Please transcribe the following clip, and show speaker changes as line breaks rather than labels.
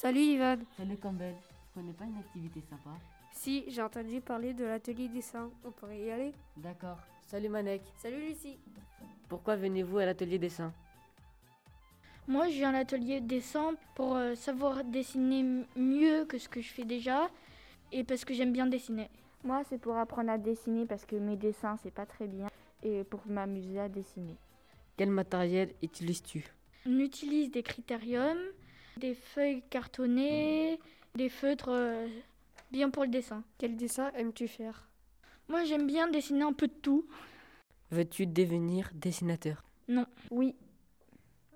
Salut Ivan.
Salut Campbell, tu connais pas une activité sympa
Si, j'ai entendu parler de l'atelier dessin. On pourrait y aller
D'accord. Salut Manek,
Salut Lucie.
pourquoi venez-vous à l'atelier dessin
Moi, je viens à l'atelier dessin pour euh, savoir dessiner m- mieux que ce que je fais déjà et parce que j'aime bien dessiner.
Moi, c'est pour apprendre à dessiner parce que mes dessins, c'est pas très bien et pour m'amuser à dessiner.
Quel matériel utilises-tu
On utilise des critériums, des feuilles cartonnées, des feutres euh, bien pour le dessin.
Quel dessin aimes-tu faire
Moi, j'aime bien dessiner un peu de tout.
Veux-tu devenir dessinateur
Oui,